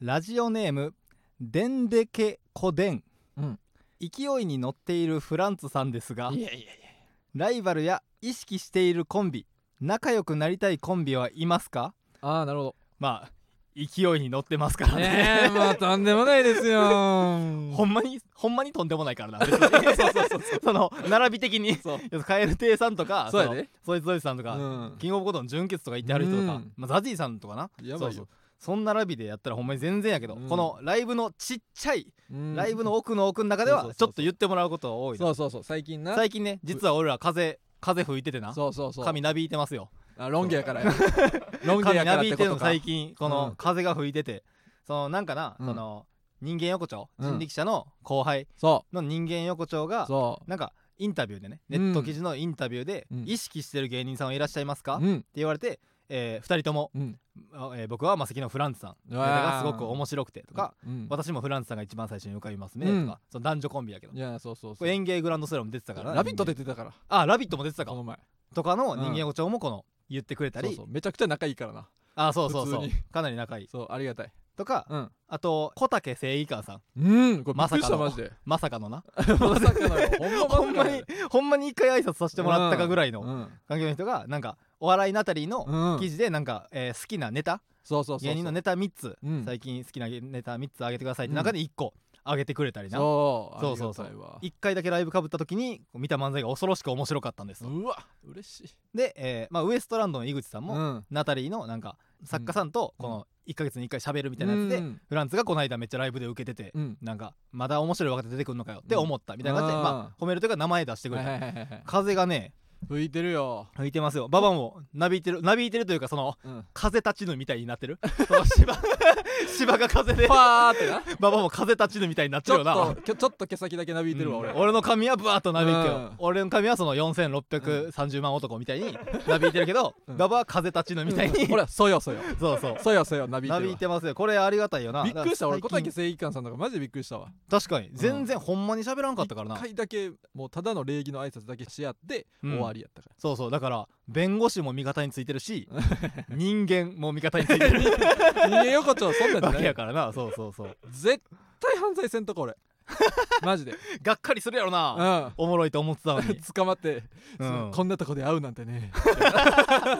ラジオネームでんでけこでん、うん勢いに乗っているフランツさんですがいやいやいやライバルや意識しているコンビ仲良くなりたいコンビはいますかああなるほまあ勢いに乗ってますからどねねえまあとんでもないですよ ほほんまにほんまにとんでもないからな別に そうそうそう その並び的にそうカエル亭さんとかそうやでそのそいつどいつさんとか、うんキングオブコントの純潔とか言ってはる人とか、うんまあ、ザジーさんとかなやばいそうそうよそんなラビでやったらほんまに全然やけど、うんこのライブのちっちゃい、うんライブの奥の奥の中でそうはちそうそうそうょっと言ってもらうことが多いなそうそうそう最近な最近ね実は俺ら風風吹いててなそうそうそう髪なびいてますよあロン毛やからや ロン毛髪やかならっびいててこるのとか最近こうのん風が吹いててそのなんかな、うんその人間横丁うん人力車の後輩その人間横丁がうそなんかインタビューでねうネんット記事のインタビューでうん意識してる芸人さんはいらっしゃいますか、うってうん言われて、え2人とも、うんあえー僕はマセキのフランツさんうネわータがすごく面白くてとか、うん私もフランツさんが一番最初に浮かびますねとうか、んその男女コンビやけどいやそうそうこそうれ園芸グランドスラム出てたからラビット出てたからあラビットも出てたかこの前とかの人間横丁もこの言ってくれたり、そうそうめちゃくちゃ仲いいからなあそうそうそ普う通にかなり仲いいそうありがたいとか、うんあと小竹正義感さんうんこれびっくりしたまマさジでまさか のなまさかのよほんま ほんままさかのによほんまに一回挨拶させてもらったかぐらいのうん関係の人がなんかお笑いのあたりのうん記事でなんか、えー好きなネタそうそうそうそう芸人のネタ3つ、うん最近好きなネタ3つあげてくださいってうん中で1個あげてくれたりな、そうそうそうそうありがたいわ1回だけライブかぶった時に見た漫才が恐ろしく面白かったんですと、うわ嬉しいで、えーまあ、ウエストランドの井口さんも、うんナタリーのなんか作家さんとうんこの1ヶ月に1回喋るみたいなやつで、うんフランツがこの間めっちゃライブで受けてて、うんなんかまだ面白い若手出てくるのかよって思ったみたいな感じで、うんまあ、褒めるというか名前出してくはれいた、はいはいはい風がね吹いてるよ吹いてますよババもなびいてるなびいてるというかそのうん風立ちぬみたいになって るその芝 芝が風でファーって なババも風立ちぬみたいになっちちゃうょっよなときょちょっと毛先だけなびいてるわ俺うん俺の髪はブワーッとなびくけど、うん俺の髪はその4630万男みたいになびいてるけど、うんババは風立ちぬみたいに、うん俺はそよそよ そうそうそよそよなびいてなるびいわてますよこれありがたいよなびっくりした俺だ小から竹最近正義感さんとかマジでびっくりしたわ確かに全然ほんまに喋らんかったからな、一回だけもうただの礼儀の挨拶だけし合ってうん終わりやったかそうそうだから弁護士も味方についてる し人間も味方についてるら逃げ横丁そんなん じゃわなけいやからなそうそうそう絶対犯罪せんとこ俺 マジでがっかりするやろうなんおもろいと思ってたの に捕まって、うんこんなとこで会うなんてね確か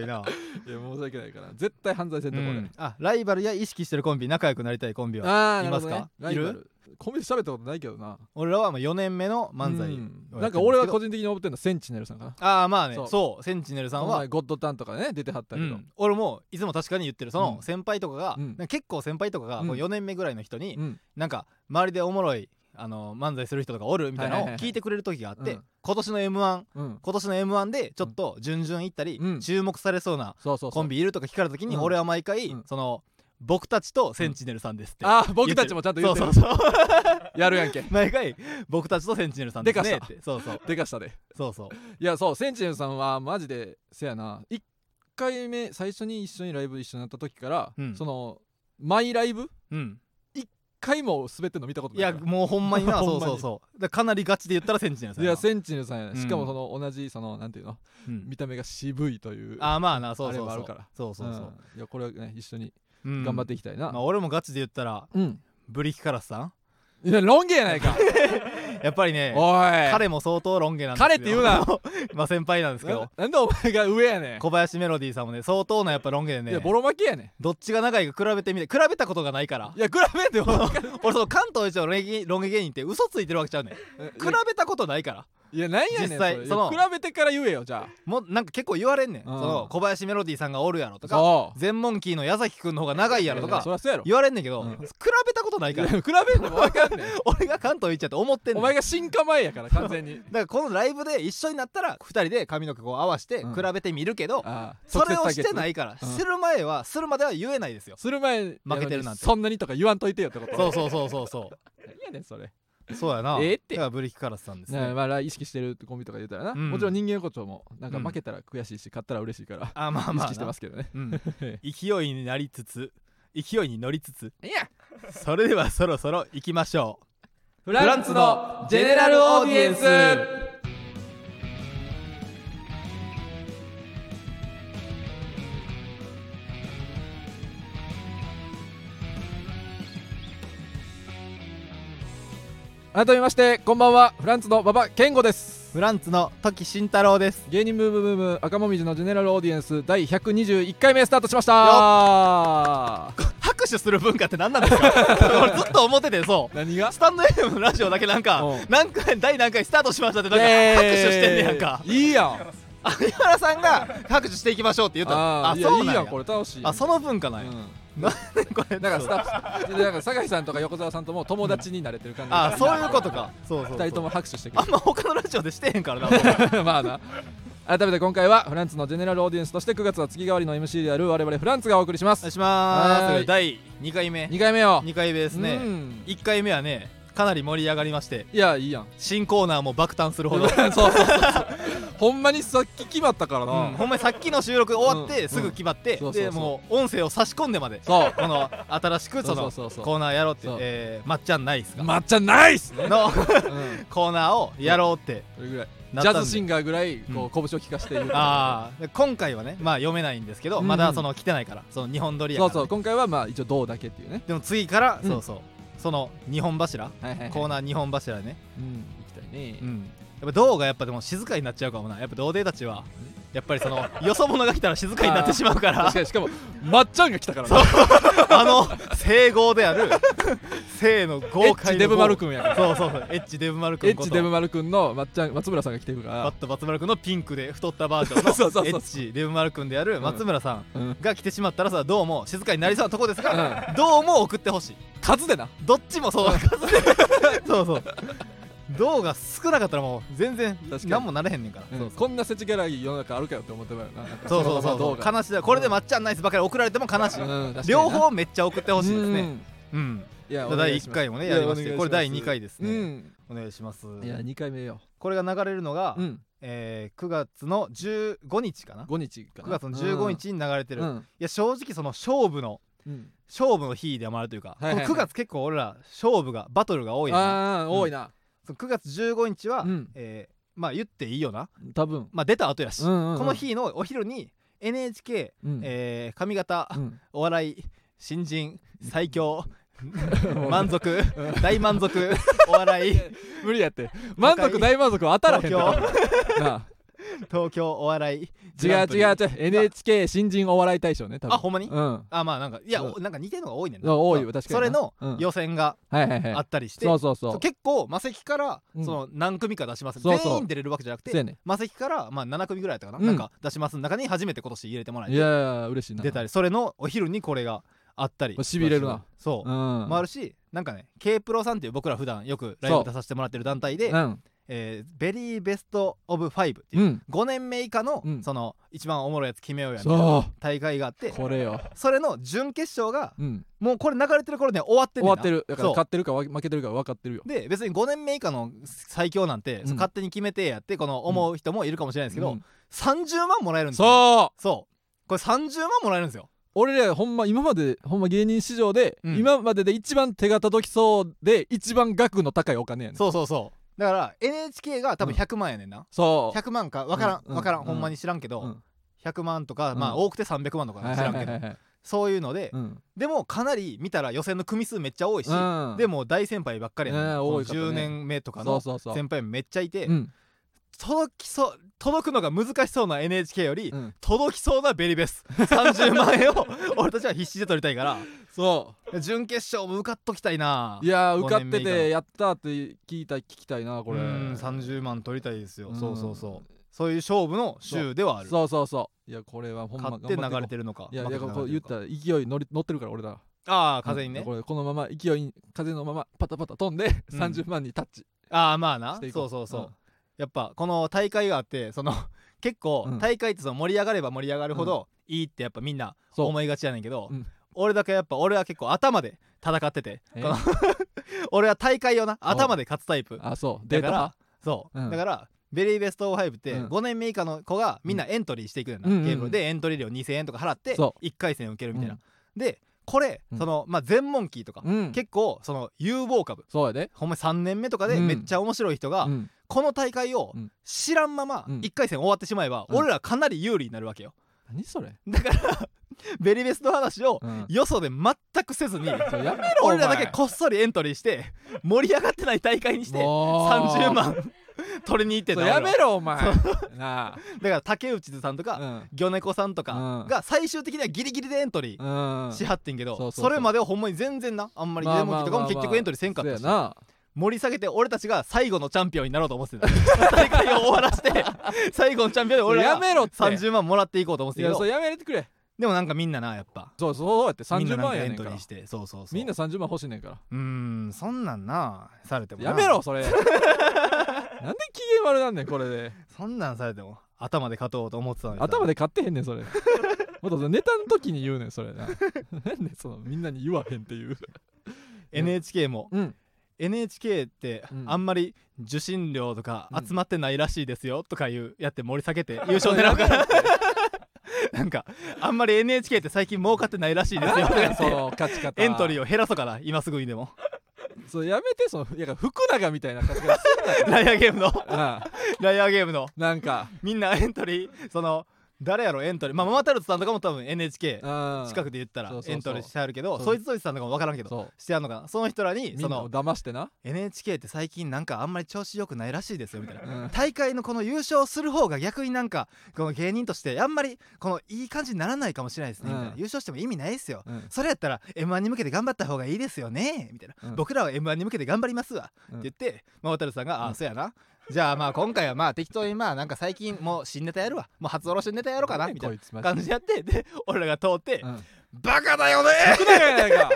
にな、いや申し訳ないから絶対犯罪せんとこ俺、あライバルや意識してるコンビ仲良くなりたいコンビはああいますかライバルコンビで喋ったことないけどな俺らはまあ4年目の漫才、をやっうんてるんですけどなんか俺は個人的に思ってるのはセンチネルさんかなああまあねそそううセンチネルさんこのは前ゴッドタンとかね出てはったけど、うん俺もいつも確かに言ってるそうのん先輩とかが、うんなんか結構先輩とかが、うんこう4年目ぐらいの人に、うんなんか周りでおもろいあの漫才する人とかおるみたいなのはいをはいはい聞いてくれる時があって、うん今年の m 1うん今年の m 1でちょっと順々行ったり、うん注目されそうなそうそうそうコンビいるとか聞かれた時に、うん俺は毎回、うんその僕たちとセンチネルさんですって、ああ僕たちもちゃんと言ってるそうそう そうやるやんけ毎回僕たちとセンチネルさんですねでっかしてそうそうでかしたでそうそういやそうセンチネルさんはマジでせやな1回目最初に一緒にライブ一緒になった時から、うんそのマイライブうん回も滑ってんの見たこといなやいからもうほんまに なほそんうまにそうそうだからかなりガチで言ったらセンチネルさんいややなセンチネルさんやな、うんしかもその同じそのなんていうのうん見た目が渋いというあーまあなそうそうそあれうもあるからそうそうそう、うんいやこれはね一緒にうん頑張っていきたいな、まあ、俺もガチで言ったらうんブリキカラスさんいやロン毛や ないかやっぱりねおい彼も相当ロン毛なんですよ彼って言うなまあ先輩なんですけどななんでお前が上やねん、小林メロディーさんもね相当なやっぱロン毛でいやねボロ負けやねどっちが長いか比べてみて比べたことがないからんいや比べてよ 俺その関東一のロン毛ロン毛芸人って嘘ついてるわけちゃうねん比べたことないからいやなんやねん実際れそのいや比べてから言えよじゃあもうなんか結構言われんねん、うんその小林メロディーさんがおるやろとかそ全モンキーの矢崎くんの方が長ういやろといやかそりゃそうやろ言われんねんけど、うん比べたことないいかやら比べんのも分かん ねん俺が関東行っちゃって思ってんねおん前が進化前やから完 全にだからこのライブで一緒になったら2人で髪の毛こう合わせてうん比べてみるけど、ああそれをして直接対な決いから、うんする前はするまでは言えないですよする前やのに負けてるなんてそんなにとか言わんといてよってこと そうそうそうそうそ何やねんそれうそうやなええってだからブリキカラスさんですねねまあ意識してるコンビとか言うたらな、うんもちろん人間横丁もなんかうん負けたら悔しいし、勝ったら嬉しいからあまあ意まあ識してなますけどねうん 勢いになりつつ勢いに乗りつついやそれではそろそろ行きましょうフランツのジェネラルオーディエンス改めましてこんばんはフランツの馬場健吾ですフランツの時慎太郎です芸人ブームブーム赤もみじのジェネラルオーディエンス第121回目スタートしました拍手する文化って何なんです か俺ずっと思っててそう何がスタンド FM のラジオだけなんかうん何回第何回スタートしましたってなんか拍手してんねやんかイエーイいいやん有原さんが拍手していきましょうって言ったのああーいやそういいなんややんこれ楽しいあその文化なんや、うこれんだからスタッフだから酒井さんとか横澤さんとも友達になれてる感じあそういうことかそうそうそう二人とも拍手してくれあんま他のラジオでしてへんから なもう まあな改めて今回はフランツのジェネラルオーディエンスとして9月は月替わりの MC である我々フランツがお送りしまおす願いしまはーすい第2回目2回目よ2回目ですうねん1回目はねかなり盛り上がりましていやいいやん新コーナーも爆誕するほそど、う そうそうそうほんまにさっき決まったからな、うんほんまにさっきの収録終わっうてんすぐ決まって、そうそうそでうもう音声を差し込んでまでそこの新しくそのそうそうそうそうコーナーやろうってそうえーまっちゃんないっすうか抹茶ナイスね、のうん、コーナーをやろうってそれぐらいなっジたんャでズシンガーぐらいこう拳を利かしているああ今回はねまあ読めないんですけど、うんうんまだその来てないからその日本撮りやかそらうそう今回はまあ一応どうだけっていうねでも次から、うんそうそうその日本柱はいはい、はい、コーナー日本柱ね、うん行きたいね、うん、やっぱ銅がやっぱでも静かになっちゃうかもなやっぱ童貞たちはやっぱりその よそ者が来たら静かになってしまうから確かにしかもまっちゃんが来たからなあの整合である性のエ豪ッ快チなデブマル君やからそうそうそうエッチデブマルエ君ッことチデブマル君のまっちゃん松村さんが来てるからバット松村君のピンクで太ったバージョンの そうそうそうエッチデブマル君である松村さんうん、が来てしまったらさどうも静かになりそうなとこですが、どうも送ってほしい数でなどっちもそう そうそう銅が少なかったらもう全然確かに何もなれへんねんから、うんそうそうこんな世知辛い世の中あるかよって思ってまうよななんかそうそうそうのまま動画悲しいこれでまっちゃんナイスばっかり送られても悲しい、うん確かにな両方めっちゃ送ってほしいですうねんうん、いや第一回もねやりましてこれ第二回ですねお願いしますうんいや2回目よこれが流れるのが、うんえー9月の15日かな5日か9な月の15日に流れてる、ういんや正直その勝負のうん勝負の日でもあるというか、はいはいはいこの9月結構俺ら勝負がバトルが多いなああうん多いなその9月15日は、うんえーまあ言っていいよな多分まあ出た後やし、うんうんうんこの日のお昼に NHK、うんえー髪型、うんお笑い新人最 強もう満足うん大満足お笑い無理やって満足大 満足は当たらへんって多分なあ東京お笑 い違グランプうリ違う違う NHK 新人お笑い大賞ね多分あほんまにうんあまあなんかいや、うんおなんか似てるのが多いねんうなん多いそう確かになそれのうん予選がはいはいあはいったりして、そうそうそそうう結構マセキからうんその何組か出します、そうそう全員出れるわけじゃなくてそうやねマセキからまあ7組ぐらいだったかな,、うんなんか出しますの中に初めて今年入れてもらえいてやいや嬉しいな出たりそれのお昼にこれがあったりこれ痺れるなそう、うんもあるしなんかね K プロさんっていう僕ら普段よくライそうブ出させてもらってる団体で、うんえーベリーベストオブファイブっていう、うん5年目以下の、うんその一番おもろいやつ決めようやみたいなそう大会があってこれよそれの準決勝がうんもうこれ流れてる頃には終わってん終ねんわなってるだからそう勝ってるかわ負けてるか分かってるよで別に5年目以下の最強なんて、うんそう勝手に決めてやってこの思う人もいるかもしれないですけど、うん30万もらえるんですよそうそうこれ30万もらえるんですよ俺らほんま今までほんま芸人史上で、うん今までで一番手が届きそうで一番額の高いお金やねんそうそうそうだから NHK が多分うん100万やねんな、そう100万か分からん、うん分からん、うんほんまに知らんけど、うん100万とか、うんまあ多くて300万とかはい知はらいんはけいど、はいそういうので、うんでもかなり見たら予選の組数めっちゃ多いし、うんでも大先輩ばっかりやねん、ねこの多い方ね10年目とかそうのそうそう先輩めっちゃいて、うん届きそう届くのが難しそうな NHK より、うん届きそうなベリベ ス30万円を俺たちは必死で取りたいかそら準決勝も受かっときたいなういや5ー受かって年目以てやったって聞いた聞きたいなこれうん30万取りたいですよ、うんそうそうそうそういう勝負の週ではあるそうそうそういやこれはほんま買って頑張流れるてるのかいやいや負けてこう流言れるのってかたら勢い乗り乗ってるから俺らああ風にね、これこのまま勢いに風のままパタパタ飛んでうん30万にタッチ、ああまあなしていこそううそうそう、うんやっぱこの大会があってその結構うん大会ってその盛り上がれば盛り上がるほどいいってやっぱみんなそう思いがちやねんけど、うん俺だけやっぱ俺は結構頭で戦っててえこの 俺は大会をな頭で勝つタイプあそうだデーかタらそう、うんだからベリーベスト5ってうん5年目以下の子がみんなエントリーしていくねんな、うんゲームでエントリー料2000円とか払ってそ1回戦受けるみたいな、でこれ、うんそのまあ全問キーとか、うん結構その有望株そうやでほんま3年目とかでめっちゃ面白い人が、うんこの大会をうん知らんままうん1回戦終わってしまえば、うん俺らかなり有利になるわけよ何それだから ベリベスの話をうんよそで全くせずにそうやめろお前俺らだけこっそりエントリーして盛り上がってない大会にしてもう30万取りに行ってそたう俺らやはめろお前なだから竹内さんとかあ魚猫さんとうかんが最終的にはギリギリでエントリうーんうんしはってんけそうそどうそうそれまではほんまに全然なあんまりまあゲーム機とかまもあまあまあ結局エントリーせんかっそたうやしな盛り下げて俺たちが最後のチャンピオンになろうと思 ってた大会を終わらして最後のチャンピオンでそれ俺らやがめろって30万もらっていこうと思っていたけやそどれやめてくれでもなんかみんななやっぱそうそうやってみんなな30んか万エやンねんトかリらーしてそうそうそうみんな30万欲しいねんからうーんそんなんなされてもなやめろそれ なんで機嫌悪なんねんこれでそんなんされても頭で勝とうと思ってたのにさ頭で買ってへんねんそれ またそれネタの時に言うねんそれな なんでそのみんなに言わへんっていう NHK もうん NHK ってうんあんまり受信料とかうん集まってないらしいですよとかいうやって盛り下げて優勝狙うから なんかあんまり NHK って最近儲かってないらしいですよとか言ってその勝ち方エントリーーを減らそうかな今すぐにでも そうやめてそのいや福永みたいな勝ち方す んなよライアーゲームのああライアーゲームのなんかみんな エントリーその誰やろエントリーまあママタルトさんとかも多分 NHK 近近くで言ったらそうそうそうエントリーしてはるけどそうそいつそいつさんとかも分からんけどそうしてはんのかなその人らにみそんなをの騙してな NHK って最近なんかあんまり調子良くないらしいですよみたいなうん大会のこの優勝する方が逆になんかこの芸人としてあんまりこのいい感じにならないかもしれないですね、みたいなうん優勝しても意味ないですようんそれやったら m 1に向けて頑張った方がいいですよねみたいな、うん僕らは m 1に向けて頑張りますわ、うんって言って、まあ、渡さんが「あうあんそうやなじゃあまあ今回はまあ適当にまあなんか最近もう新ネタやるわもう初おろしネタやろうかな」みたいこいつマなジで感じでやってで俺らが通ってうん「バカだよね!福永やない か」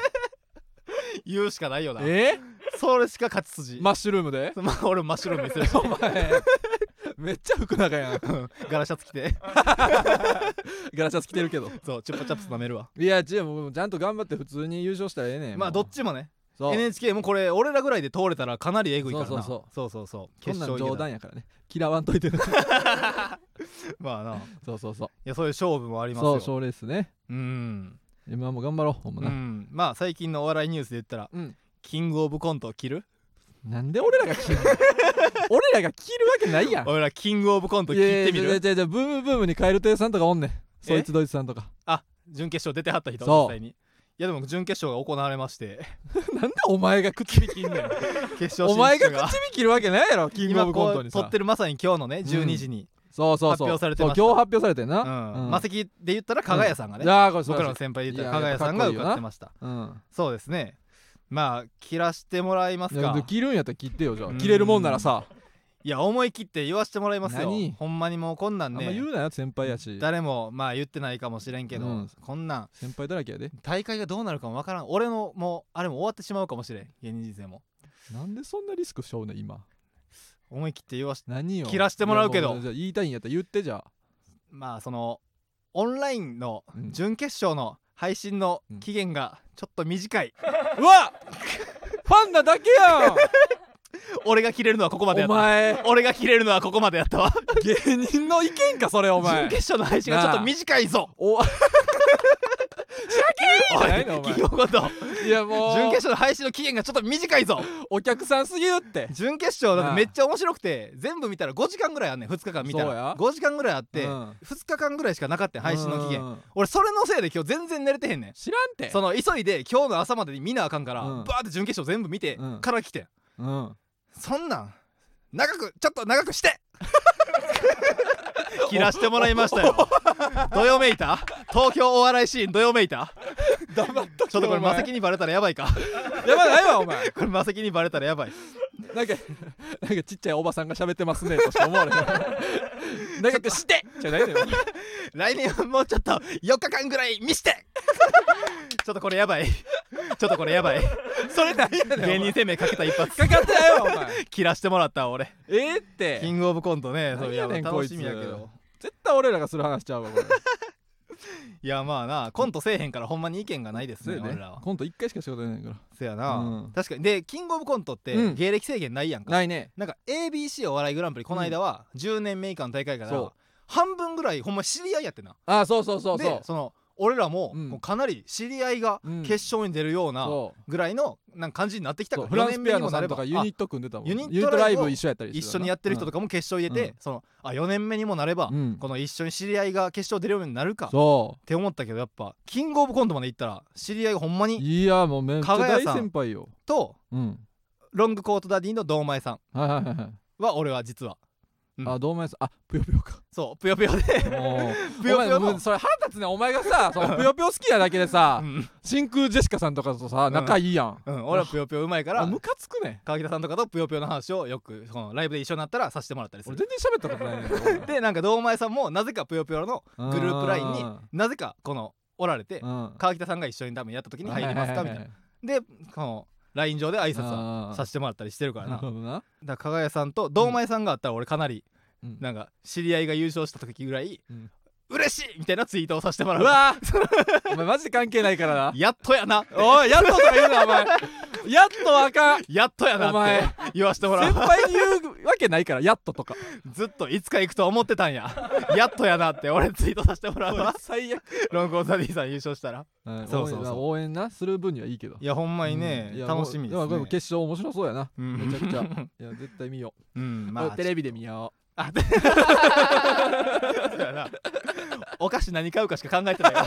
言うしかないよなえそれしか勝ち筋マッシュルームで まあ俺も真っ白見せるしお前めっちゃ福永やんうんガラシャツ着てガラシャツ着てるけどそうチュッパチャップス舐めるわいや違うもうちゃんと頑張って普通に優勝したらええねんまあもどうっちもねそう NHK もこれ俺らぐらいで通れたらかなりえぐいからなそうそうそうそうそうこん決なん勝行冗けたら談やからね嫌わんといてる まあないそうそうそうやそういう勝負もありますそうよ賞レースねうん、今も頑張ろうほんまうな、ん、まあ最近のお笑いニュースで言ったらうんキングオブコントを切るなんで俺らが切る の俺らが切るわけないやん俺らキングオブコント切ってみいやいるやいやいやブームブームにカエル亭さんとかおんねんそいつドイツさんとか準決勝出てはった人そう実際にいやでも準決勝が行われまして なんでお前が唇切んねん決勝進出お前がが唇切るわけないやろキングオ今ブこコントうに撮さってるまさに今日のねん12時に、そうそう発そう表されてましたそう今日発表されてんうな、んマセキで言ったら加賀谷さんがね、いやーこれ素僕ら晴らのしい先輩で言ったらい加賀や谷さんがやっぱ受かっこいいよなかってましたうんそうですねまあ切らしてもらいますいやかで切るんやったら切ってよじゃうあん切れるもんならさいや思い切って言わしてもらいますよ何ほんまにもうこんなあんんまね言うなよ先輩やし誰もまあ言ってないかもしれんけど、うんこんなん先輩だらけやで大会がどうなるかもわからん俺のもうあれも終わってしまうかもしれん芸人人生もなんでそんなリスクしょうねん今思い切って言わし何よ切らしてもらうけどいやもじゃあ言いたいんやったら言ってじゃあまあそのオンラインのう ん準決勝の配信のうん期限がちょっと短い、うわファンなだけや俺が切れるのはここまでやんっおた前俺が切れるのはここまでやったわ芸人の意見かそれお準前決勝の配信がちょっと短いぞお シャキーンじゃないのお企業ごと準前いやもう決勝の配信の期限がちょっと短いぞお客さんすぎるって準決勝だっああてめっちゃ面白くて全部見たら5時間ぐらいあんねん2日間見たそうやら5時間ぐらいあって、うん2日間ぐらいしかなかったん配信の期限うん俺それのせいで今日全然寝れてへんねん知らんてその急いで今日の朝までに見なあかんから、うんバーって準決勝全部見てうんから来てん、うんそんなん長くちょっと長くして 切らしてもらいましたよ どよめいた東京お笑いシーンどよめいた黙っとちょっとこれマセキキにバレたらやばいか やばないわお前これマセキにバレたらやばいなんか、なんかちっちゃいおばさんが喋ってますねとしか思われへん。 なんかしてじゃないのよ。来年はもうちょっと4日間ぐらい見して ちょっとこれやばいちょっとこれやばいそれなんや芸ねん。お前人生命かけた一発かかってないわ、お前。切らしてもらったわ俺ええっキて。ングオブコントね、そうい何ややねん楽しみやけこど。絶対俺らがする話ちゃうわ、これ。いやまあな、コントせえへんからほんまに意見がないですそうね、や俺ねらは。コント一回しか仕事ないから。せやな、うん確かに。で、キングオブコントってうん芸歴制限 ないやんか。ないね。なんか ABC お笑いグランプリ、この間は10年目以下の大会かそうら、半分ぐらいほんま知り合いやってな。あ、そうそうそうそで、その、俺らもうんもうかなり知り合いがうん決勝に出るようなそうぐらいのなんか感じになってきたそかうらフランス四ペ年目アにものなされんばとかユニット組んでたもんユユニニットットライライブブ一緒やったり一緒にやってる人とかかも決勝入れて、うんそのあ4年目にもなれば、この一緒に知り合いが決勝出るようになるかっそて思ったけどやっぱキングオブコントまで行ったら知り合いがほんまうにいやもうめっちゃ加賀大屋さん先輩よとうんロングコートダディの堂前さんはいはいはいはいは俺は実はうんあ堂前さんあぷよぷ よかそうぷよぷよで もうぷよぷよお前ものうそれ腹立つねお前がさ そのぷよぷよ好きなだけでさうん、真空ジェシカさんとかとさん仲いいやんうん、俺はぷよぷようまいかあらムカつくね川北さんとかとぷよぷよの話をよくこのライブで一緒になったらさせてもらったりす俺る全然喋ったことないねんけ どでなんか堂前さんもなぜかぷよぷよの俺グループラインにうんなぜかこのおられてうん川北さんが一緒に多分やった時に入りますかみたいなはでこの LINE 上で挨いはい拶ははいさせてもらったりしてるからあーななだからるほどな加賀谷さんと堂前さんがあったら俺かなりうんなんか知り合いが優勝した時ぐらいうん嬉しいみたいなツイートをさせてもらううわー お前マジで関係ないからなやっとやなおいやっととか言うなお前やっとあかんやっとやなお前って言わせてもら先う輩に言うわけないからやっととかずっといつか行くと思ってたんややっとやなって俺ツイートさせてもらうわ最悪ロングコートダディさん優勝したらうんそうそうそう応援なする分にはいいけどいやほんまにねうんいや楽しみでもすうでもね決勝面白そう やなうんめちゃくちゃいや絶対見ようんうまおあテレビで見よあでそうやなお菓子何買うかしか考えて ないわ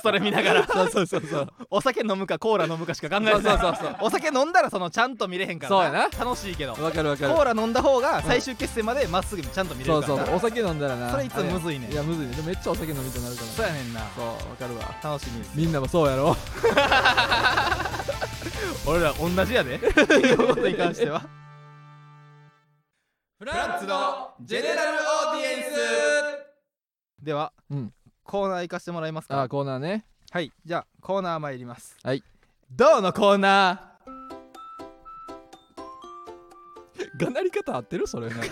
それ見ながらうそうそうそうお酒飲むかコーラ飲むかしか考えてなそいうそうそうそお酒飲んだらそのちゃんと見れへんからそうや楽しいけどうコわかるわかるーラ飲んだ方が最終決戦までまっすぐちゃんと見れそるうかそらうなお酒飲んだらなそれいつもむずいねんいやむずいねでもめっちゃお酒飲みたくなるからそうやねんなそうわかるわ楽しみですみんなもそうやろ俺ら同じや でということに関してはフランツのジェネラルオーディエンスでは、うんコーナー行かせてもらえますあかーコーナーねはいじゃあコーナー参りますはいどうのコーナがなり方合ってるそれなんか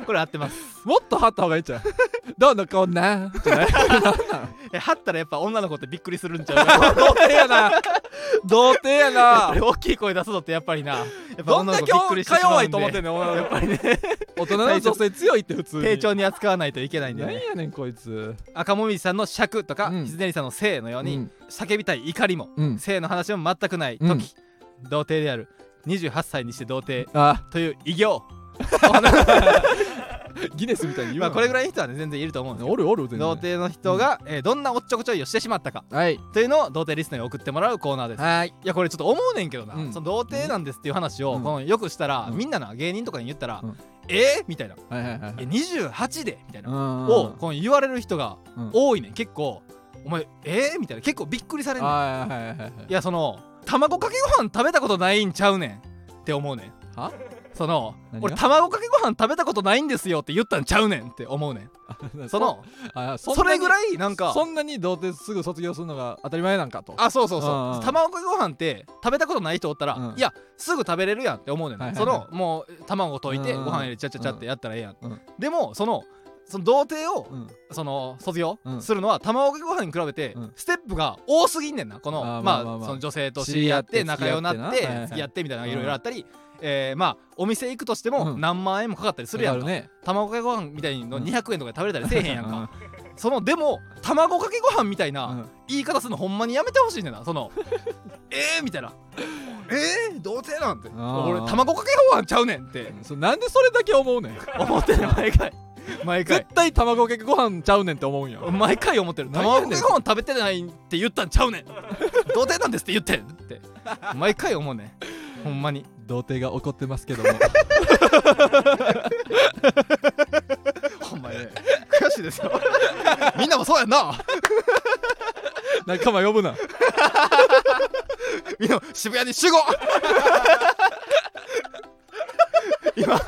ー これ合ってますもっと張った方がいいんちゃうどんどんこんなじゃないえ張ったらやっぱ女の子ってびっくりするんちゃう か童貞やな童貞ややっぱりな大きい声出すのってやっぱりなやっぱどん女の子だけびっくりしてかしま弱うんいと思ってでんねん俺やっぱりね大人の女性強いって普通に丁重に扱わないといけないんでなんねやねんこいつ赤もみじさんの尺とか、うんひずねりさんの性のように、うん叫びたい怒りも、うん性の話も全くない時、うん童貞である28歳にして童貞あという偉業ギネスみたいに言うまあこれぐらいいの人はね全然いると思うんですけおるおるど全然童貞の人が、えーどんなおっちょこちょいをしてしまったかはいというのを童貞リスナーに送ってもらうコーナーですはいいやこれちょっと思うねんけどな、うんその童貞なんですっていう話を、うんこのよくしたら、うんみんなな芸人とかに言ったら「うんえーみたいなはいはいは「えい28で?」みたいな、んをこの言われる人がうん多いねん結構「お前えーみたいな結構びっくりされんねんはいはいはいはいいやその卵かけご飯食べたことないんちゃうねんって思うねんはその何が俺卵かけご飯食べたことないんですよって言ったんちゃうねんって思うねんやそのあそそれぐいらいなんかそんなに童貞すぐ卒業するのが当たり前なんかとあそうそううんそううん卵かけご飯って食べたことない人おったら、うんいやすぐ食べれるやんって思うねんな、はいはいそはいのもう卵溶いてうんご飯入れちゃちゃちゃってやったらええやん、うんでもそのその童貞を、うんその卒業うんするのは卵かけご飯に比べて、うんステップが多すぎんねんなこのあーままああまあまあその女性と知り合っ知てり合って仲良くなって付き合ってなはいはい付き合ってみたいなのがいろいろあったり、えーまあお店行くとしてもうん何万円もかかったりするやんわか、かるね卵かけご飯みたいのうん200円とかで食べれたりせえへんやんか、そのでも卵かけご飯みたいな、うん言い方するのほんまにやめてほしいねんなその えーみたいなえー童貞なんてあー俺卵かけご飯ちゃうねんってうんそなんでそれだけ思うねん思ってる毎 回毎回絶対卵かけご飯ちゃうねんって思うんや毎回思ってる何や卵ねかんけご飯食べてないって言ったんちゃうねん 童貞なんですって言ってんって毎回思うねんほんまに童貞が怒ってますけ どもほんまにね 悔しいですよみんなもそうやんな仲間呼ぶなみんな渋谷に集合 今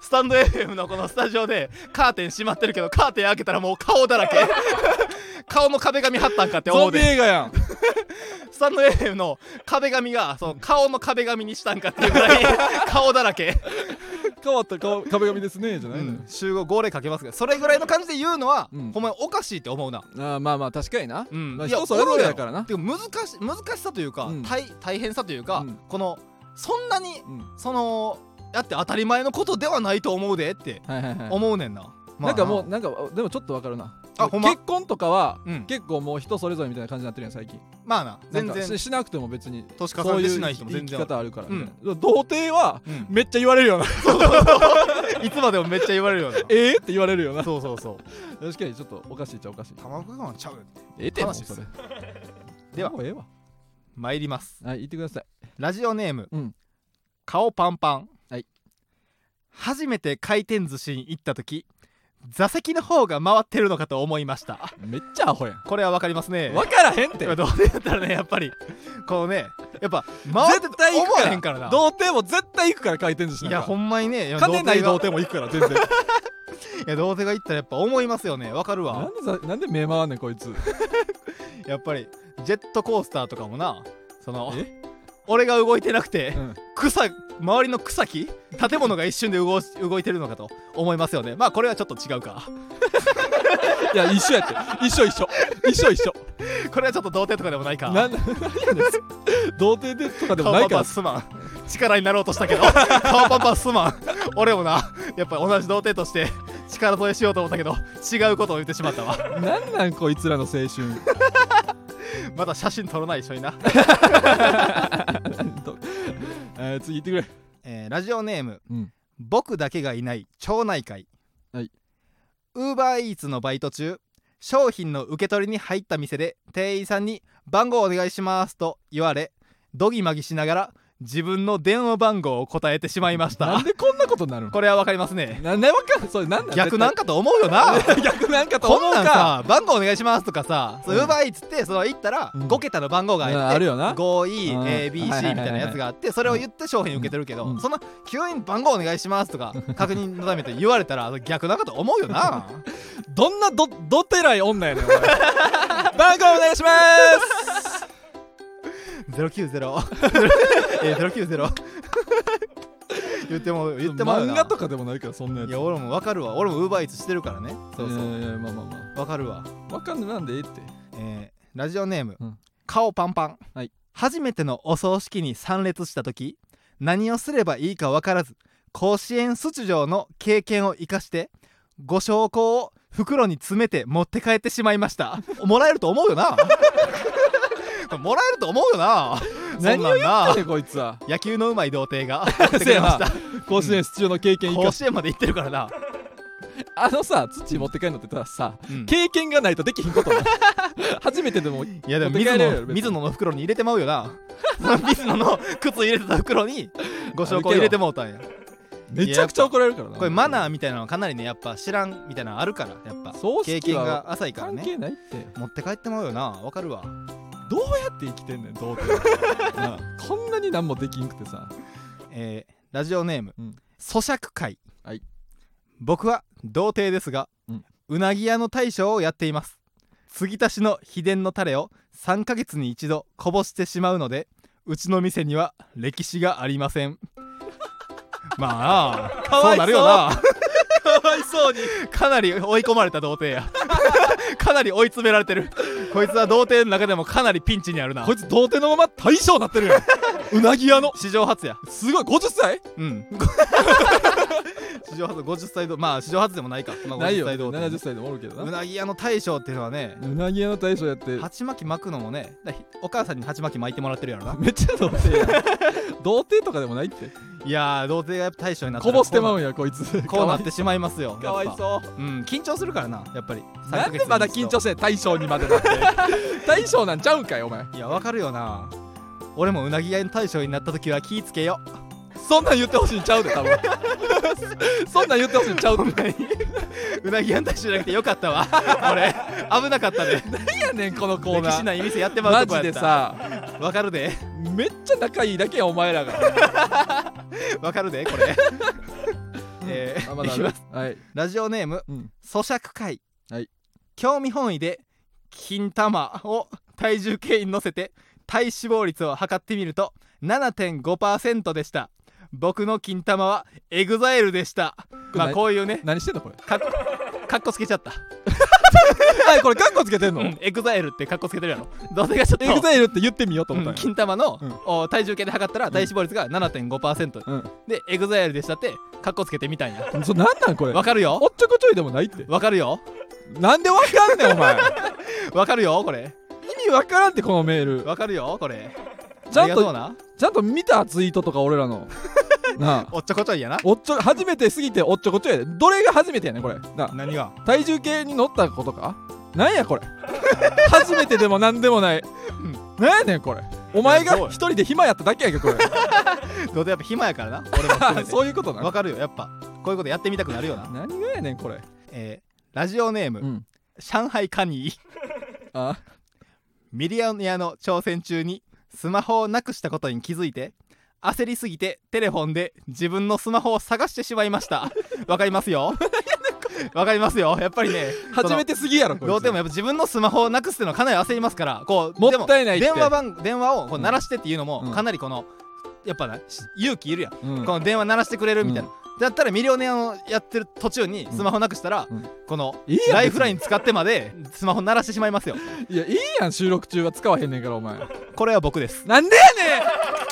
スタンド FM のこのスタジオでカーテン閉まってるけどカーテン開けたらもう顔だらけ 顔の壁紙貼ったんかって思ゾうンビで映画やんスタンド FM の壁紙がその顔の壁紙にしたんかっていうぐらい顔だらけ、変わった顔壁紙ですねじゃないのよ、集合号令かけますけどそれぐらいの感じで言うのは、うんほんまにおかしいって思うなあーまあまあ確かにな、うんまあ、いや人それぞれやからなてか難し難しさというか、うん大大変さというか、うんこのそんなにうんそのやって当たり前のことではないと思うでってはいはいはい思うねんな、まあなんかもうなんかでもちょっとわかるなあほんま結婚とかは、うん結構もう人それぞれみたいな感じになってるやん最近まあな全なんかし然しなくても別に年重そうねいてうしない人も生全き然ある方あるからみたいな、童貞はうんめっちゃ言われ るよないつまでもめっちゃ言われるよな ええって言われるよなそうそうそう確かにちょっとおかしいっちゃおかしい卵ご飯ちゃうよってええってもう話ですそれではもうええわ参りますはい言ってくださいラジオネーム、うん顔パンパン、はい初めて回転寿司に行った時座席の方が回ってるのかと思いましためっちゃアホやんこれは分かりますね分からへんってどうでやったらねやっぱりこのねやっぱ回って絶対行思くからわへんからな童貞も絶対行くから回転寿司ないんやほかんまにねいや金ない童童貞貞も行くから 全が然いや童貞が行ったらやっぱ思いますよねわかるなわんでさなんで目回んねん こいつやっぱりジェットコースターとかもなそのえ俺が動いてなくて、うん草周りの草木建物が一瞬で動動いてるのかと思いますよねまあこれはちょっと違うか いや一緒やって一緒一緒一緒一緒これはちょっと童貞とかでも ないかなん何やねんそれ童貞でとかでも顔なパいンかパらンすまん力になろうと したけど顔パンパンすまん俺もなやっぱ同じ童貞として力添えしようと思ったけど違うことを言ってしまったわなんなんこいつらの青 春まだ写真撮らない一緒にな、えー次行ってくれえーラジオネーム、うん僕だけがいない町内会はいウーバーイーツのバイト中商品の受け取りに入った店で店員さんに「番号お願いします」と言われどぎまぎしながら自分の電話番号を答えてしまいましなんたでこんなことになるのこれはわかりますねなんでわかんそれなんなん逆なんかと思うよな絶対逆なんかとこ思んうなんかさ番号お願いしますとかさウうんーバーイーツってその行ったらうん5桁の番号がうんあっあてるよな 5EABC みはいはいはいはいたいなやつがあってそれを言って商品受けてるけうどんその急に番号お願いしますとか確認のためと言われたら逆なかと思うよ などんなどどてらい女やねん お前番号お願いしま 090えー090言ってもす言ってもらう漫な画とかでもないからそんなやいつや俺も分かるわ俺もウーバーイーツしてるからねそうそういやいやまあまあま分かるわあわかんないなんでええってえーラジオネーム、うん顔パンパン、はい初めてのお葬式に参列した時何をすればいいか分からず甲子園出場の経験を生かしてご証拠を袋に詰めて持って帰ってしまいました もらえると思うよな もらえると思うよな何そんをなんなねこいつは野球のうまい童貞がやってくれま した甲子園出場の経験いか甲し子園まで行ってるからな、あのさ土持って帰るのってたださうん経験がないとできひんことな初めてでもいやでも持って水帰れる野よ別に水野の袋に入れてまうよ なその水野の靴入れてた袋にご証拠を入れてもうたんや めちゃくちゃ怒られるからなこれマナーみたいなのかなりねやっぱ知らんみたいなのあるからやっぱ葬経式験はが浅いから関ね係ないってど持って帰ってもらうよなわかるわうやって生きてんねん童貞なあこんなに何もできんくてさえーラジオネーム、うん咀嚼会、はい僕は童貞ですが、ううんなぎ屋の大将をやっています継ぎ足しの秘伝のタレを3ヶ月に一度こぼしてしまうのでうちの店には歴史がありませ んまあかわそういそうなるよなかわいそうにかなり追い込まれた童貞 やかなり追い詰められてるこいつは童貞の中でもかなりピンチにあるなこいつ童貞のまま大将なってるやんうなぎ屋の史上初やすごい50歳うん。 史上初50歳どまあ史上初でもないか。まあ、ない50よ歳どう70歳でもおるけどうななぎ屋の大将っていうのはね、うなぎ屋の大将やって鉢巻き巻くのもね、だひお母さんに鉢巻き巻いてもらってるやろな。 めっちゃ童貞やん童貞とかでもないっていやー、童貞がやっぱ大将になったこらぼしてまううんやこいつこうなってしまいますよ。かわいやっぱそううん、緊張するからな、やっぱり。なんでまだ緊張ししてん大将にまで なって大将なんちゃうんかいお前いや、わかるよな。俺もうなぎ屋の大将になった時は気ぃつけよ。そんなん言ってほしいんちゃうで多 分そんなん言ってほしいんちゃうでう なぎ屋の大将じゃなくてよかったわ。俺、危なか ったね。何やねんこのコー歴ナ史ーない店やってまうマとこやジったで。さわかるで。めっちゃ仲いいだけやお前 らがわかるでこれ えーあまだいあきるますはいラジオネームうん咀嚼会、はい興味本位で金玉を体重計に乗せて体脂肪率を測ってみると7.5%でした僕の金玉はエグザイルでしたまあなこういうね何してん のこれかっこかっこつけちゃった、はいこれカッコつけてんのうん、エグザイルってかっこつけてるやろどうせがちょっとエグザイルって言ってみようとう思ったんんや金玉の、うんお体重計で測ったら体脂肪率が7.5%、うでエグザイルでしたってかっこつけてみたんやんそなんなんこれわかるよおっちょこちょいでもないってわかるよなんでわかんねんお前 意わかるよこれ味わからんってこのメールわかるよこれちゃあんりがとうとなちゃんと見たツイートとか俺 らのなあおっちょこちょいやなおっちょ初めてすぎておっちょこちょいやでどれが初めてやねんこれなあ何が体重計に乗ったことかなんや これ初めてでも何でもない、なんやねんこれお前いやそうがや一人で暇やっただけやけどこれどうせやっぱ暇やからな俺も含めて そういうことなわかるよやっぱこういうことやってみたくなるよな何がやねんこれえーラジオネーム、うん上海カニー あミリオネアの挑戦中にスマホをなくしたことに気づいて焦りすぎてテレフォンで自分のスマホを探してしまいましたわかります よわかりますよやっぱりね初めてすぎやろこそれのどうでもやっぱ自分のスマホをなくすっていうのはかなり焦りますからこうもっでもたいないって電話番電話をこううん鳴らしてっていうのも、うんかなりこのやっぱなし勇気いるやん、うんこの電話鳴らしてくれるみたいな、だったらミリオネアをやってる途中にスマホなくしたら、うんこのいいやんライフライン使ってまでスマホ鳴らしてしまいますよいやいいやん収録中は使わへんねんからお前これは僕ですなんでやねん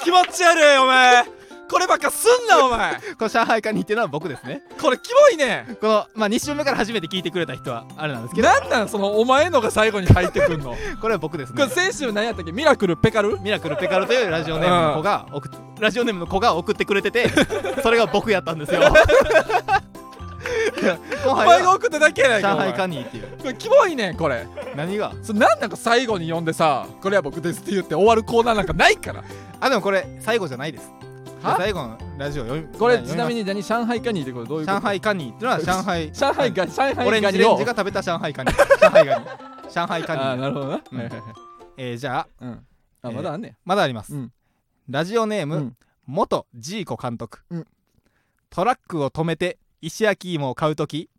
気持ち悪いお前こればっかすんなお前この上海カニっていうのは僕ですねこれキモいねこの、まあ、2週目から初めて聞いてくれた人はあれなんですけんどなんなんそのお前のが最後に入ってくん のこれは僕ですこねれ先週何やったっけミラクルペカルミラクルペカルというラジオネームの子が送っラジオネームの子が送ってくれて てそれが僕やったんですよ後お輩前がは送っただけやないか上お前海カニーっていうこれキモいねんこれ何がそれなんなんか最後に読んでさ「これは僕です」って言って終わるコーナーなんかないからあでもこれ最後じゃないですは最後のラジオ読みこれ読みちなみに何上海カニーってこれどういまうす上こと海カニーっていうのは上海 上海ガニ上オレ海ンガジニレをンジが食べた上海カニー上海ガ ニー上海カニああー、なるほどな、うんはいはいはいえーじゃあうんえあーまだあんねん、まだあります、うんラジオネーム、うん元ジーコ監督、うんトラックを止めて石焼き芋を買う時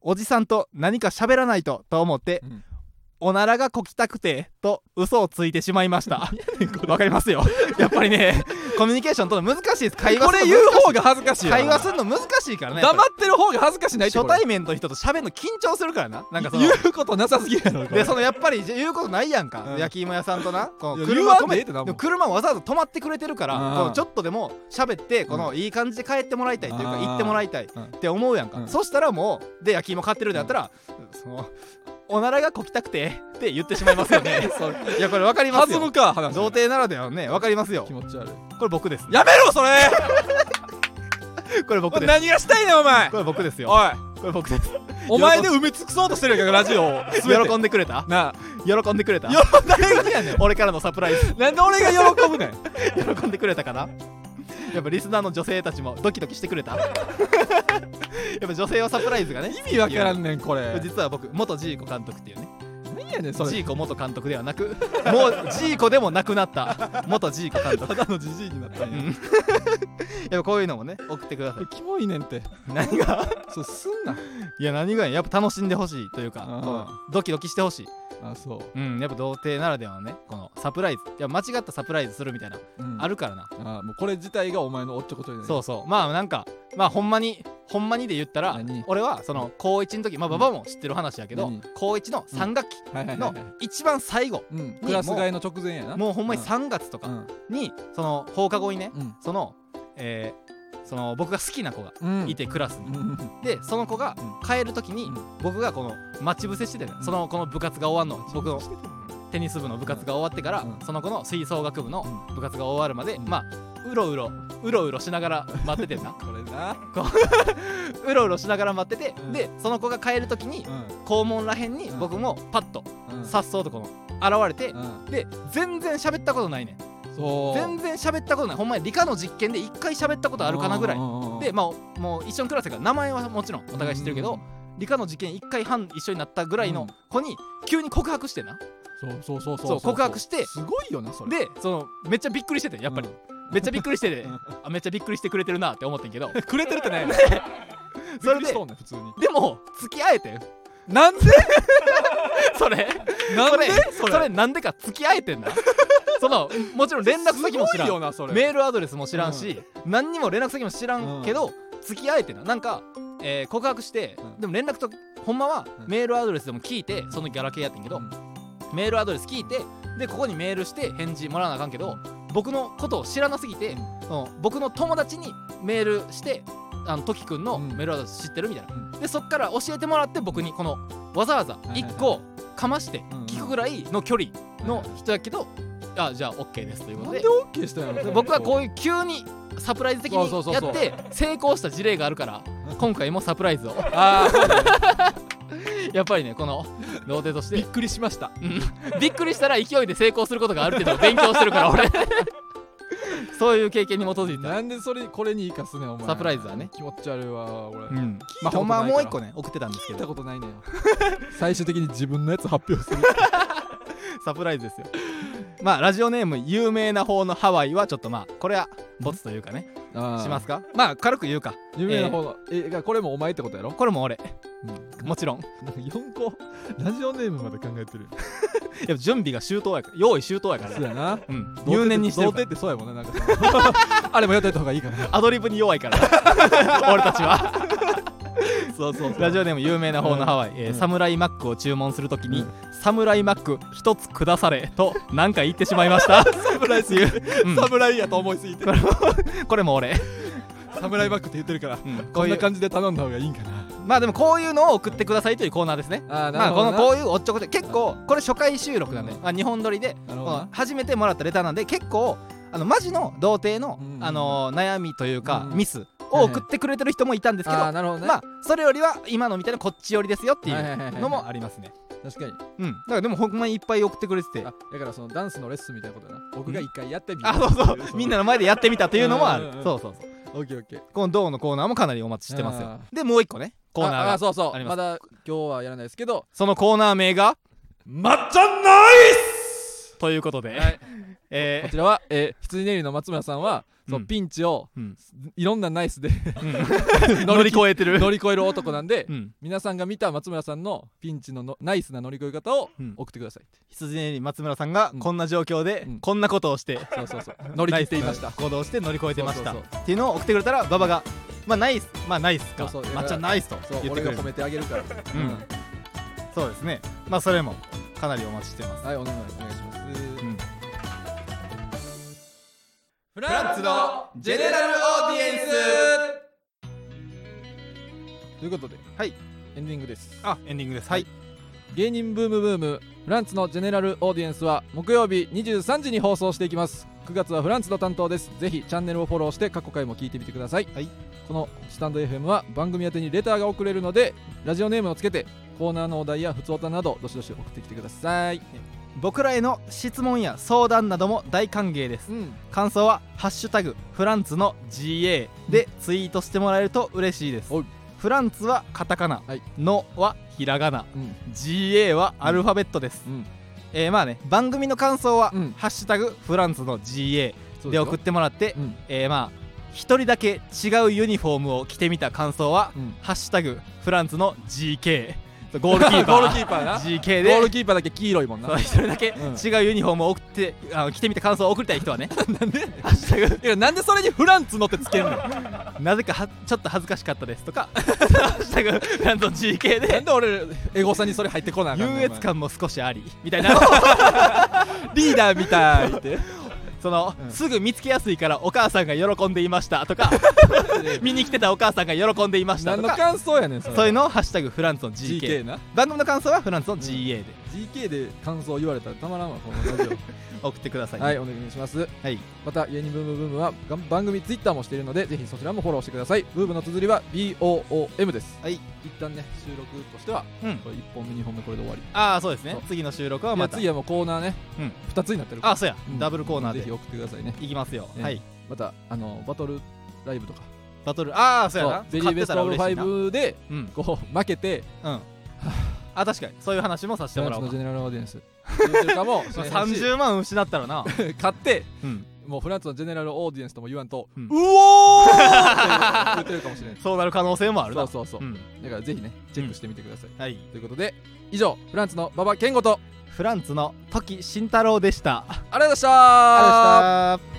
おじさんと何か喋らないとと思って、うんおならがこきたくてと嘘をついてしまいま したわかりますよ やっぱりねコミュニケーションとの難しいです会話こすれる言のう方が恥ずかしいよ会話するの難しいからねやっぱ黙ってる方が恥ずかしないりってこ初れ対面の人と喋るの緊張するからななんかその言うことなさすぎるやろこれでそのやっぱりじゃ言うことないやんか、うん焼き芋屋さんとなこいのや車止言わんでええめってなもんでも車わざわざ止まってくれてるからうんこのちょっとでも喋ってこのいい感じで帰ってもらいたいというかうん行ってもらいたいっうんて思うやんか、うんそしたらもうで焼き芋買ってるんだったら、そのおならがこきたくてって言ってしまいますよね そういやこれわかります弾よむか話童貞ならではのねわかりますよ気こ持ち悪いれ僕 ですやめろそれこれ僕です何がしたいねんお 前これ僕ですよおいこれ僕ですお前で埋め尽くそうとしてるやんかラジオを全て喜んでくれたなあ喜んでくれた喜んでやねん俺からのサプライズなんで俺が喜ぶねん喜んでくれたかなやっぱリスナーの女性たちもドキドキしてくれた やっぱ女性はサプライズがね 意味わからんねんこれ実は僕元ジーコ監督っていうね何やねんジそれーコ元監督ではなく もうジーコでもなくなった元ジーコ監督ただのじじいになったんうやんやっぱこういうのもね送ってくだ さいキモいねんって何がそうすんないや何がやっぱ楽しんでほしいというかあーこうドキドキしてほしいあそううんやっぱ童貞ならではのねこのサプライズいや間違ったサプライズするみたいな、うんあるからなあもうこれ自体がお前のおっちょこちょいねそううそうまあなんかまあほんまにほんまにで言ったら何俺はその高1の時まあうんババも知ってる話やけど何高1の3学期はいはいはのいはい一番最後うんクラス替えの直前やなもうほんまに3月とうかんにその放課後にねうんそのえーその僕が好きな子がうんいてクラスうにんでその子がう帰る時にうん僕がこの待ち伏せしてたよねそのこの部活が終わんの僕のテニス部の部活が終わってから、うんその子の吹奏楽部の部活が終わるまで、うんまあうろうろうろうろしながら待っててん なこれなうろうろしながら待ってて、うんでその子が帰る時にう校門らへんにうん僕もパッとんうんさっそうとこの現れて、うんで全然喋ったことないねんそう全然喋ったことないほんまに理科の実験で1回喋ったことあるかなぐらいいでまあもう一緒のクラスやから名前はもちろんお互い知ってるけど、理科の実験1回半一緒になったぐらいの子に急に告白してんなそうそうそうそう告白してすごいよなそれでそのめっちゃびっくりしててやっぱり、めっちゃびっくりしててうんあめっちゃびっくりしてくれてるなって思ってんけど くれてるっ てねそれでびっくりしとんねん普通にでも付き合えてんなんでそれなんでそれそれなんでか付き合えてんだそのもちろん連絡先も知らすごいんよなそれメールアドレスも知らんし、何にも連絡先も知らんけど、付き合えてんななんか、えー告白して、うんでも連絡とほんまはうんメールアドレスでも聞いてそのギャラ系やってんけど、うんメールアドレス聞いてでここにメールして返事もらわなあかんけど僕のことを知らなすぎて、うんその僕の友達にメールしてあの時くんのうんメールアドレス知ってるみたいな、うんでそっから教えてもらって僕にこのわざわざはい1個かましてんうん聞くぐらいの距離の人やけど、あじゃあ OK ですというこなとんでで OK したんやろ僕はこいういう急にサプライズ的にそうそうやそうそうって成功した事例があるから今回もサプライズを あやっぱりねこの童貞としーびってくりしましたびっくりしたら勢いで成功することがあるっていうのを勉強してるから 俺そういう経験に基づいた、なんでそれこれに生かすねんお前サプライズはね気持ち悪いわ俺う聞んたことなまあいからほんまはもう一個ね送ってたんですけいたどことないねん最終的に自分のやつ発表 するサプライズですよまあラジオネーム有名な方のハワイはちょっとまあこれはボツというかねしますすかまあ軽く言うか夢の方のえがこれもお前ってことやろこれも俺うんもちろんなんか4個ラジオネームまで考えてるやっぱ準備が周到やから用意周到やからそうや なうん入念にしてるから童貞ってそうやもんねなんかその あれもやってた方がいいかなアドリブに弱いから 俺たちはそうそうラジオネーム有名な方のハワイ、えーうんサムライマックを注文するときに、うんサムライマック一つくだされと何か言ってしまいました サムライすぎてうんサムライやと思いすぎてこれも俺、サムライバックって言ってるからうんここうんいなう感じで頼んだ方がいいんかなまあでもこういうのを送ってくださいというコーナーですねあーまあこのここういうおっちょこちょい結構これ初回収録なんで、うんまあ、日本撮りでなるこほどのな初めてもらったレターなんで結構あのマジの童貞の、うんあのー悩みというか、うんミスを送ってくれてる人もいたんですけど、あーなるほどねまあそれよりは今のみたいなこっち寄りですよっていはいはいはいうはいのもありますね確かうにんだからでもほんまにいっぱい送ってくれててあだからそのダンスのレッスンみたいなことやな僕が一回やってみあそうそうみんなの前でやってみたというのもあうんうんうるんそうそうそうオッケーオ ッケーこの「どう」のコーナーもかなりお待ちしてますよでもう一個ねコーナーあがあそうそうありまますだ今日はやらないですけどそのコーナー名がまっちゃんナイスということで、はいこえちらは、えー、羊ネイリの松村さんは、そううんピンチをーうんいろんなナイスで うん乗り越えてる乗り越える男なんで、うん皆さんが見た松村さんのピンチののナイスな乗り越え方をうん送ってください、羊ねり松村さんがうんこんな状況でうんこんなことをしてそうそうそう乗り切っていましたナイスな行動をして乗り越えてましたそうっていうのを送ってくれたら馬場がまあナイスまあナイスかそうそうまっちゃんナイスとそ言うって俺くがれる褒めてあげるかうら、んそうですねまあそれもかなりお待ちしてますはいお願いお願いします、うんフランツのジェネラルオーディエンスということではいエンディングですあエンディングですはい芸人ブームブームフランツのジェネラルオーディエンスは木曜日23時に放送していきます9月はフランツの担当ですぜひチャンネルをフォローして過去回も聞いてみてください、はいこのスタンド FM は番組宛てにレターが送れるのでラジオネームをつけてコーナーのお題や普通歌などどしどし送ってきてください僕らへの質問や相談なども大歓迎ですうん感想は「ハッシュタグフランツの GA」でツイートしてもらえると嬉しいですおいフランツはカタカナ、はいのはひらがなうん GA はアルファベットです、うんえーまあね番組の感想はうんハッシュタグフランツの GA」そうですよ送ってもらってうんえーまあ一人だけ違うユニフォームを着てみた感想はうん「ハッシュタグフランツの GK」ゴールキー ゴパールキーーパーな GK ゴールでキーパーだけ黄色いもんなそう一人だけうん違うユニフォームを送ってあの着てみた感想を送りたい人はね なんでハッシュタ グいやなんでそれにフランツのってつけんのななぜかはちょっと恥ずかしかったですと か「ハッシュタグフランツの GK」でんで俺エゴさにそれ入ってこなあかんの優越感も少しあり みたいなお前リーダーみたいってその、うんすぐ見つけやすいからお母さんが喜んでいました とか見に来てたお母さんが喜んでいました 何とのか感想やねんそれそういうのを「ハッシュタグフランツの GK」 GK な番組の感想はフランツの GA で GK で感想言われたらたまらんわこのラジ送ってください、オはいお願いしますはいまた芸人ブームブームはがん番組 Twitter もしているのでぜひそちらもフォローしてくださいブームの綴りは BOOM ですはい一旦ね収録としてはうんこれ1本目2本目これで終わりああそうですねそう次の収録はいやまた次はもうコーナーねうん2つになってるからあそうや、うんダブルコーナーぜひで送ってくださいねいきますよ、ねはいまたあのバトルライブとかバトルああそうやなそうベリーベストオブ勝ってたら嬉しいな5でうんこう負けてうんあ確かにそういう話もさせてジもャンらおツうのかジェネラルオーディエンス言ってるか もしれへんし30万失ったら な、買ってうん、もうフランスのジェネラルオーディエンスとも言わんと、ううんおーって言ってるかもしれないそうなる可能性も あるそうなそうそう、うんだからぜひねチェックしてみてください、はいということで以上フランスの馬場健吾とフランツの時慎太郎でしたありがとうございましたありがとうございました